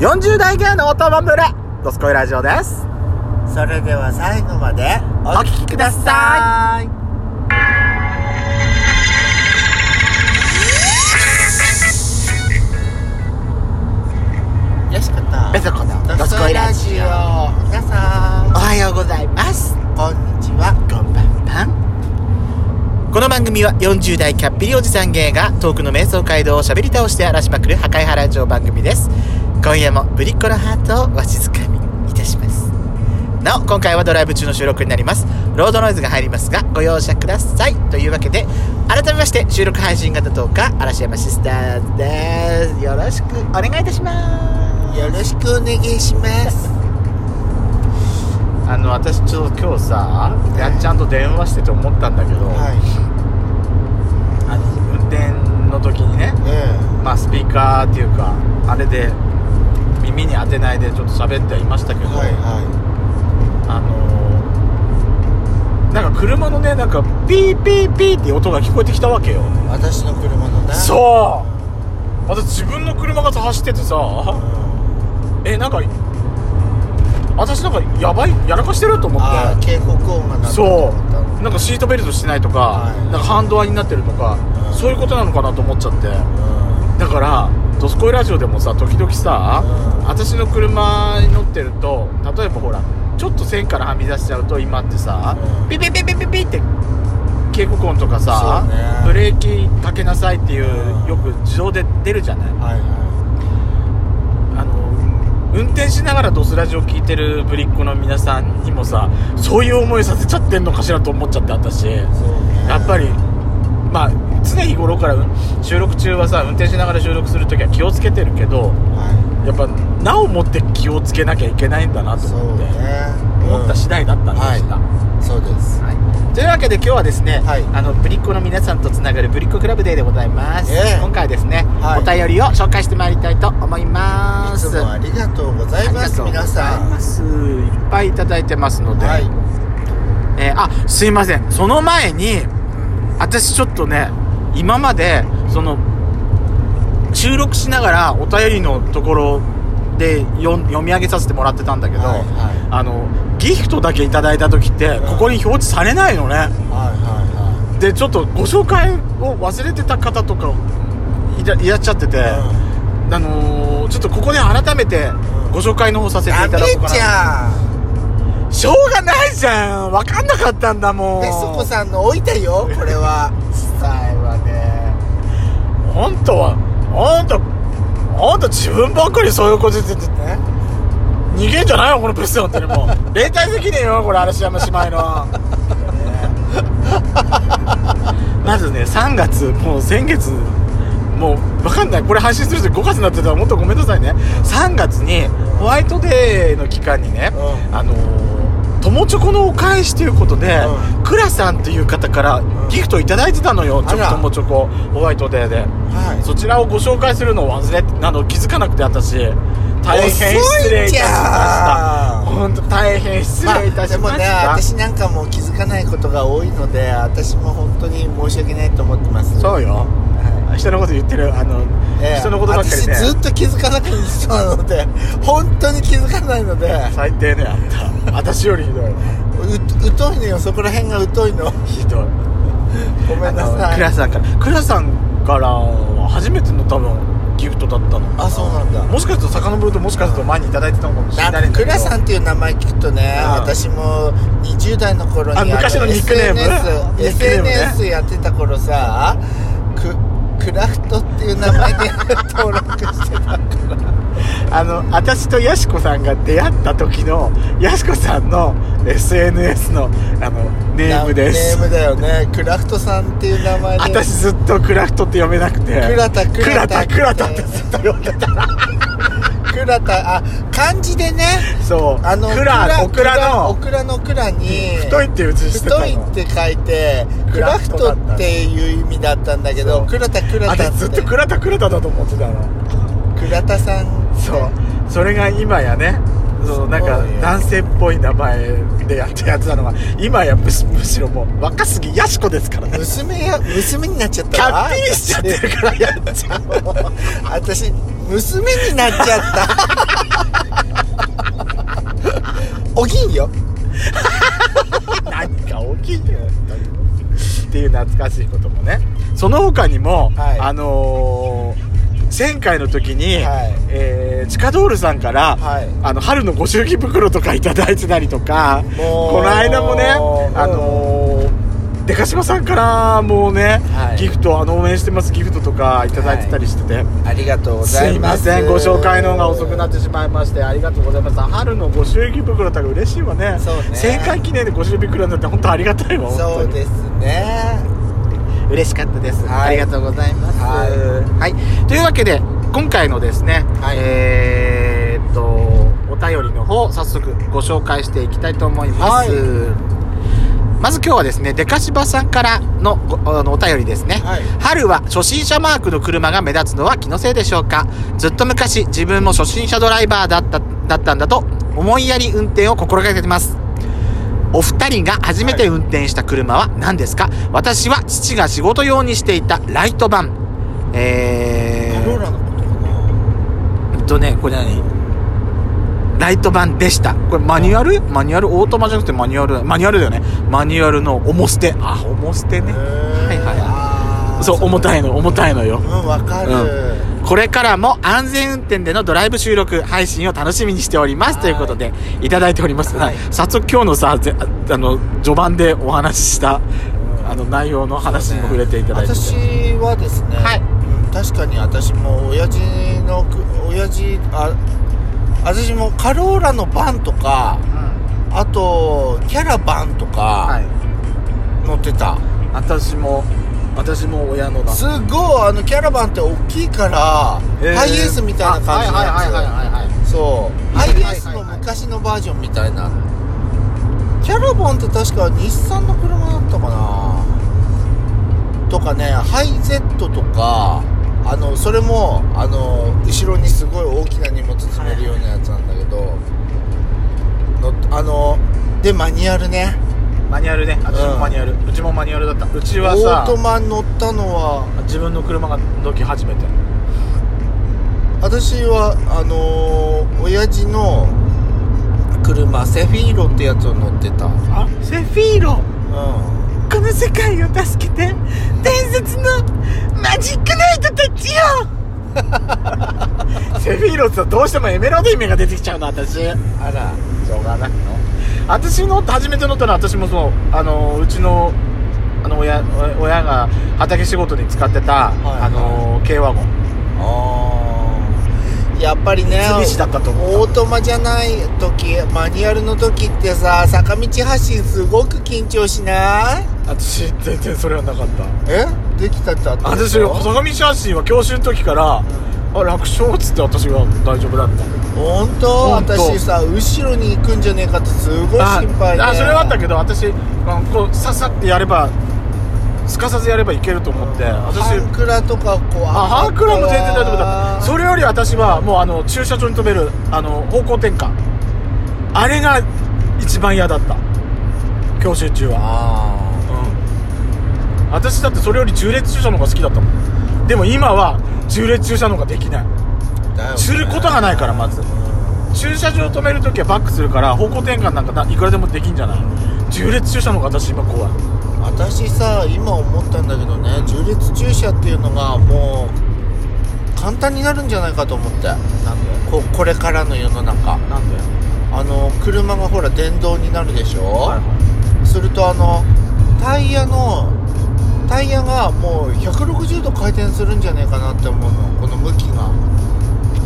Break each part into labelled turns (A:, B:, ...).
A: 40代芸のオトモブレドスコイラジオです
B: それでは最後まで
A: お聞きください
B: よしこと
A: ベソコのド
B: ド
A: ス
B: ス
A: コ
B: コ
A: イ
B: イ
A: ラ
B: ラジ
A: ジ
B: オ
A: オ
B: 皆さん
A: おはようございます
B: こんにちは
A: こんばんはこの番組は40代キャッピリおじさん芸がトークの瞑想街道をしゃべり倒して荒らしまくる破壊原城番組です今夜もぶりっ子のハートをわしづかみいたしますなお今回はドライブ中の収録になりますロードノイズが入りますがご容赦くださいというわけで改めまして収録配信型トーカー嵐山シスターズですよろしくお願いいたします
B: よろしくお願いします
A: あの私ちょっと今日さやっちゃんと電話してて思ったんだけど、
B: は
A: あの運転の時にね
B: いえ
A: まあスピーカーっていうかあれで耳に当てないでちょっと喋ってはいましたけ
B: え
A: ど、
B: はいは
A: あのーなんか車のねなんかピーピーピーって音が聞こえてきたわけよ
B: い私の車のねう
A: そう私自分の車が走っててさえなんか私なんかやばいやらかしてると思
B: ああ
A: って
B: 警告音が鳴ったと
A: そ
B: 思った
A: うなんかシートベルトしてないとか,、
B: はい
A: なんかハンドアになってるとか、
B: うん
A: そういうことなのかなと思っちゃって
B: うん
A: だから「ドスコイラジオ」でもさ時々さ、
B: うん
A: 私の車に乗ってると例えばほらちょっと線からはみ出しちゃうと今ってさ、
B: うん
A: ピピピピピピって警告音とかさ、
B: そうね
A: ブレーキかけなさいっていう、
B: うん
A: よく自動で出るじゃない
B: はいは
A: あの運転しながらドスラジオ聞いてるぶりっ子の皆さんにもさそういう思いさせちゃってんのかしらと思っちゃって私
B: いそうね
A: やっぱり、まあ、常日頃から収録中はさ運転しながら収録するときは気をつけてるけど
B: は
A: やっぱなおもって気をつけなきゃいけないんだないと
B: そう
A: 思って、
B: ね
A: 思った次第だった
B: うん
A: で
B: は
A: した、
B: いそうです
A: というわけで今日はですね、
B: はい
A: あのブリッコの皆さんとつながるブリッコクラブデーでございます、
B: ええ
A: 今回ですね、
B: はい
A: お便りを紹介してまいりたいと思い
B: い
A: ます
B: つもありがとうございます
A: あ
B: 皆
A: りがとうござい
B: さ
A: ますいっぱいいただいてますの
B: ん
A: で、
B: はい
A: えーあすいませんその前に私ちょっとね今までその収録しながらお便りのところでよ読み上げさせてもらってたんだけど、
B: はいはい
A: あのギフトだけいただいた時って
B: うん
A: ここに表示されないのね
B: はいは
A: でちょっとご紹介を忘れてた方とかいらいらっしゃってて、
B: いはいうん
A: あのーちょっとここで改めて
B: うん
A: ご紹介の方させていただこう
B: ダ
A: か
B: メじ
A: な
B: ゃ
A: しょうがないじゃん分かんなかったんだも
B: ん
A: ん
B: ベソコさんの置いたよこれは伝えはね
A: 本当はあんたあんた自分ばっかりそういうこと言ってて
B: ね
A: 逃げんじゃないよこのペストなんてねも う連帯責任よこれ嵐山姉妹のまずね3月もう先月もう分かんないこれ配信する時5月になってたらもっとごめんなさいね3月にホワイトデーの期間にね、
B: う
A: あのー友チョコのお返しということで、
B: う
A: クラさんという方からギフトいただいてたのよ、
B: あら
A: 友チョコホワイトデーで。
B: はい
A: そちらをご紹介するのを忘れなど気づかなくて私大変失礼
B: 遅い
A: いたしました
B: じゃん
A: 本当大変失
B: ま
A: 礼い
B: あ
A: た
B: で
A: し
B: も
A: まし
B: ね
A: た、
B: 私なんかもう気づかないことが多いので私も本当に申し訳ないと思ってます
A: そうよ人のこと言ってるあの、
B: ええ
A: 人のことばっかりね
B: 私ずっと気づかなくて人なので本当に気づかないので
A: 最低ねあんた私よりひどいう
B: 疎いのよそこら辺が疎い の
A: ひどい
B: ごめんな
A: あの
B: さ
A: ク
B: い
A: ラさんからクラさんからは初めての多分ギフトだったのかな
B: あそうなんだ
A: もしかすると遡るともしかすると前にいただいてたのかもしれ
B: な
A: ない
B: ん
A: んだ
B: か
A: け
B: ク
A: ど
B: ラさんっていう名前聞くとね、
A: うん
B: 私も20代の頃に
A: あ昔のニックネーム
B: SNS,
A: ニックネームね
B: SNS やってた頃さククラフトっていう名前で登録してた
A: あの私とやしこさんが出会った時のやしこさんの SNS のあのネームです
B: ネームだよねクラフトさんっていう名前で
A: 私ずっとクラフトって読めなくて
B: クラタ
A: ク
B: ク
A: ラ
B: ラ
A: タ
B: タ
A: クラタってずっと読んでた
B: クラタあ漢字でね
A: そう
B: あの
A: クラオクラ
B: オ
A: の
B: クラのオクラに
A: 太いっていう字してた
B: 太
A: の
B: いって書いて
A: ク
B: ク
A: ラ
B: ラ
A: フ
B: フ
A: ト
B: ト
A: だった
B: っていう意味だったんだけ
A: そ
B: ど
A: う
B: クラタクラタ
A: 私ずっとクラタクラタだと思ってたの
B: クラタさん
A: そうそれが今やねそうなんか
B: すごいね
A: 男性っぽい名前でやってやってたのが今やむしむしろもう若すぎやしこですからね
B: 娘や娘になっちゃっ
A: キ
B: た
A: ャ
B: わ
A: ッピリしちゃってるからやっちゃう
B: 私娘になっちゃったおぎんよ
A: 何か大きいよ本当にっていう懐かしいこともねその他にも、
B: はい
A: あのー前回の時に、
B: はい
A: えー地下ドールさんから、
B: はい
A: あの春のご祝儀袋とかいただいてたりとか
B: もう
A: この間もね、
B: うん
A: あのーでかしまさんからもうね、
B: はい
A: ギフトあの応援してますギフトとかいただいてたりしてて、
B: ありがとうご
A: す
B: ざ
A: い
B: い
A: ま
B: ます
A: せんご紹介の方が遅くなってしまいましてありがとうございます春のご祝儀袋たら嬉しいわね
B: そうね
A: 正解記念でご祝儀袋になって本当ありがたいわ
B: そうですすね
A: 嬉しかったです、
B: はい
A: ありがとうございます
B: は
A: はい、というわけで今回のですね、
B: はい
A: えーっとお便りの方早速ご紹介していきたいと思います、まず今日はですねデカシバさんからのごあのお便りですね、
B: はい
A: 春は初心者マークの車が目立つのは気のせいでしょうかずっと昔自分も初心者ドライバーだっただったんだと思いやり運転を心がけてますお二人が初めて運転した車は何ですか、私は父が仕事用にしていたライトバンえ
B: カローラのことかな
A: えっとねこれ何ライト版でしたこれマニュアルマニュアルオートマじゃなくてマニュアルマニュアルだよねマニュアルの重捨てあ重捨てねはいはいは
B: はい
A: そう重たいの重たいのよ
B: うんわかる、
A: うこれからも安全運転でのドライブ収録配信を楽しみにしております
B: はい
A: ということでいただいております、
B: はい
A: 早速今日のさぜああの序盤でお話ししたあの内容の話にも触れていただいて、
B: 私はですね、
A: はい
B: うん確かに私も親父のく親父あ私もカローラのバンとかあとキャラバンと
A: は
B: か
A: い、
B: 乗ってた、
A: 私も私も親のだ
B: すごいあのキャラバンって大きいから、
A: えー
B: ハイエースみたいな感じの
A: あはいはいはいはいはいはい
B: やつそう
A: は
B: ハ
A: い
B: イ
A: は
B: エ
A: いはい
B: ースの昔のバージョンみたいなキャラバンって確か日産の車だったかなとかねハイゼットとかあのそれもあの後ろにすごい大きな荷物積めるようなやつなんだけど、のあのでマニュアルね
A: マニュアルね私もマニュアル、うちもマニュアルだったうち
B: オ
A: はさ
B: ートマ乗ったのは
A: 自分の車が乗き始めて
B: 私はあのー親父の車セフィーロってやつを乗ってたうん
A: あセフィーロこの世界を助けて伝説の マジックナイトたちよセフィーロってさどうしてもエメロディメが出てきちゃうの私し
B: あら
A: ょうがないの私の初めて乗ったのは私もそうあのうちのあの親親が畑仕事に使ってた、
B: はい
A: あの軽ワゴン
B: あーやっぱりね
A: 三菱だったと思う
B: オートマじゃない時マニュアルの時ってさ坂道発進すごく緊張しない
A: 私全然それはなかった
B: えできたってあったで
A: 私
B: しょ
A: 坂道発進は教習の時から、あ楽勝っつって私は大丈夫だった
B: 本当
A: 本当
B: 私さ後ろに行くんじゃねえかってすごい心配で
A: ああそれはあったけど私あのこうさっさってやればすかさずやればいけると思って私
B: ハンクラとかこう
A: あハンクラも全然大丈夫だった
B: そ
A: そ
B: れ
A: れより私はもうあの駐車場に止めるあの方向転換あれが一番嫌だった教習中は
B: ああ
A: うん私だってそれより縦列駐車の方が好きだったもんでも今は縦列駐車の方ができない
B: だよね
A: することがないからまず駐車場止めるときはバックするから方向転換なんかないくらでもできんじゃない縦列駐車の方が私今怖い
B: 私さ今思ったんだけどね縦列駐車っていうのがもう簡単になるんじゃないかと思って
A: なんで
B: ここれからの世の中
A: なんで
B: あの車がほら電動になるでしょ、
A: は
B: するとあのタイヤのタイヤがもう160度回転するんじゃないかなって思うのこの向きが
A: い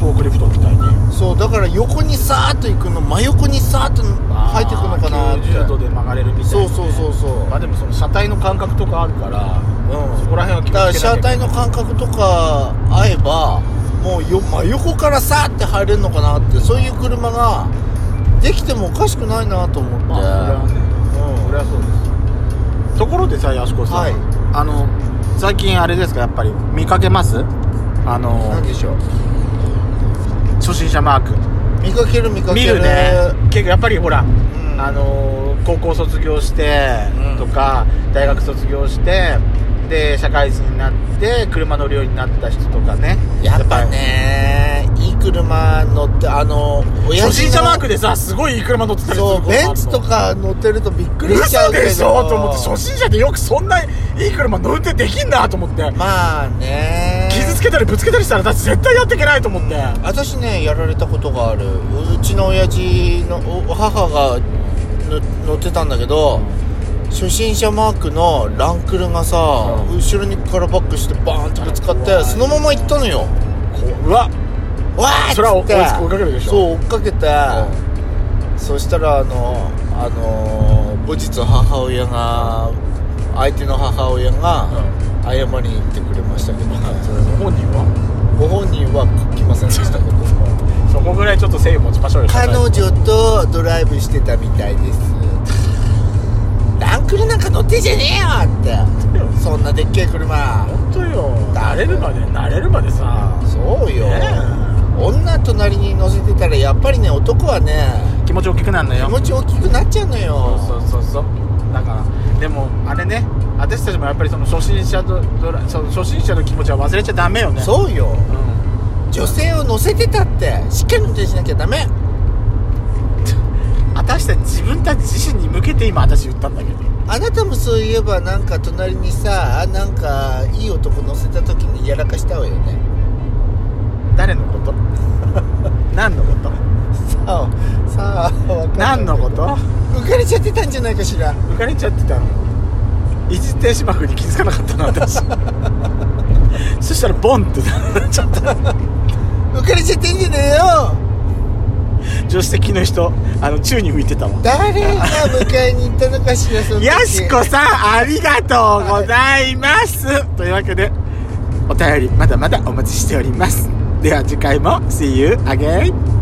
A: フォークリフトみたいに
B: そうだから横にさーっと行くの真横にさーっと入ってくのかなって
A: 90度で曲がれるみたいな
B: そうそうそうそう
A: まあでもその車体の感覚とかあるから
B: うん
A: そこら辺は気をつけ
B: だか
A: な
B: ら
A: き
B: 車
A: ゃいけない
B: 体の感覚とか合えばもうよ真横からさーって入れるのかなってそういう車ができてもおかしくないなと思って、
A: まあそれはねそれはそうですところでさやしこさん、
B: はい
A: あの最近あれですかやっぱり見かけますあ
B: うん
A: の
B: 何でしょう
A: 初心者マーク
B: 見かける見かけ
A: 見
B: る
A: るね結構やっぱりほら、
B: ん
A: あのー高校卒業して
B: うん
A: とか、大学卒業してで社会人になって車乗るようになった人とかね
B: やっぱねいい車乗ってあの親
A: 初
B: 父
A: 心
B: の
A: 者マークでさすごいいい車乗ってたりする
B: そう
A: こともある
B: ベ
A: の
B: ンツとか乗ってるとびっくりしちゃ
A: 嘘
B: うけど
A: でしょと思って初心者でよくそんないい車乗運転できんなと思って
B: まあね
A: 傷つけたりぶつけたりしたらだって絶対やっていけないと思って
B: 私ねやられたことがあるうちの親父のお母がの乗ってたんだけど初心者マークのランクルがさ、
A: う
B: 後ろにからバックしてバーンってぶつかっ
A: うわ
B: てそのまま行ったのよ
A: うわ
B: わーっ
A: それは
B: つって
A: 追いつ追いかけるでしょ
B: そう追っかけて、そしたらあのあの後日母親が相手の母親が謝りに行ってくれましたけど、
A: 本人は
B: ご本人は来ませんでしたけど
A: そこぐらいちょっと誠意持ちましょうよ
B: 彼女とドライブしてたみたいですランクルなんか乗ってんじゃねえよってそんなでっけえ車
A: 本当よ慣れるまで慣れるまでさ
B: そうよ、
A: ね
B: 女隣に乗せてたらやっぱりね男はね
A: 気持ち大きくなるの
B: 気
A: よ
B: 持ち大きくなっちゃうのよ
A: そうそうそうそうだからでもあれね私たちもやっぱりその初心者とドラその初心者の気持ちは忘れちゃダメよね
B: そうよ
A: うん、
B: 女性を乗せてたってしっかり運転しなきゃダメ
A: 私たち自分たち自身に向けて今私言ったんだけど
B: あなたもそういえばなんか隣にさなんかいい男乗せた時にやらかしたわよね
A: 誰のこと何のこと
B: さあさあわかんない
A: 何のこと
B: 浮かれちゃってたんじゃないかしら
A: 浮かれちゃってたの一時停止幕に気づかなかったな私そしたらボンってなっちゃった
B: 浮かれちゃってんじゃねえよ
A: 助手席の人あの宙に浮いてたわ
B: 誰が迎えに行ったのかしらその時
A: やしこさんありがとうございます、というわけでお便りまだまだお待ちしておりますでは次回も See you again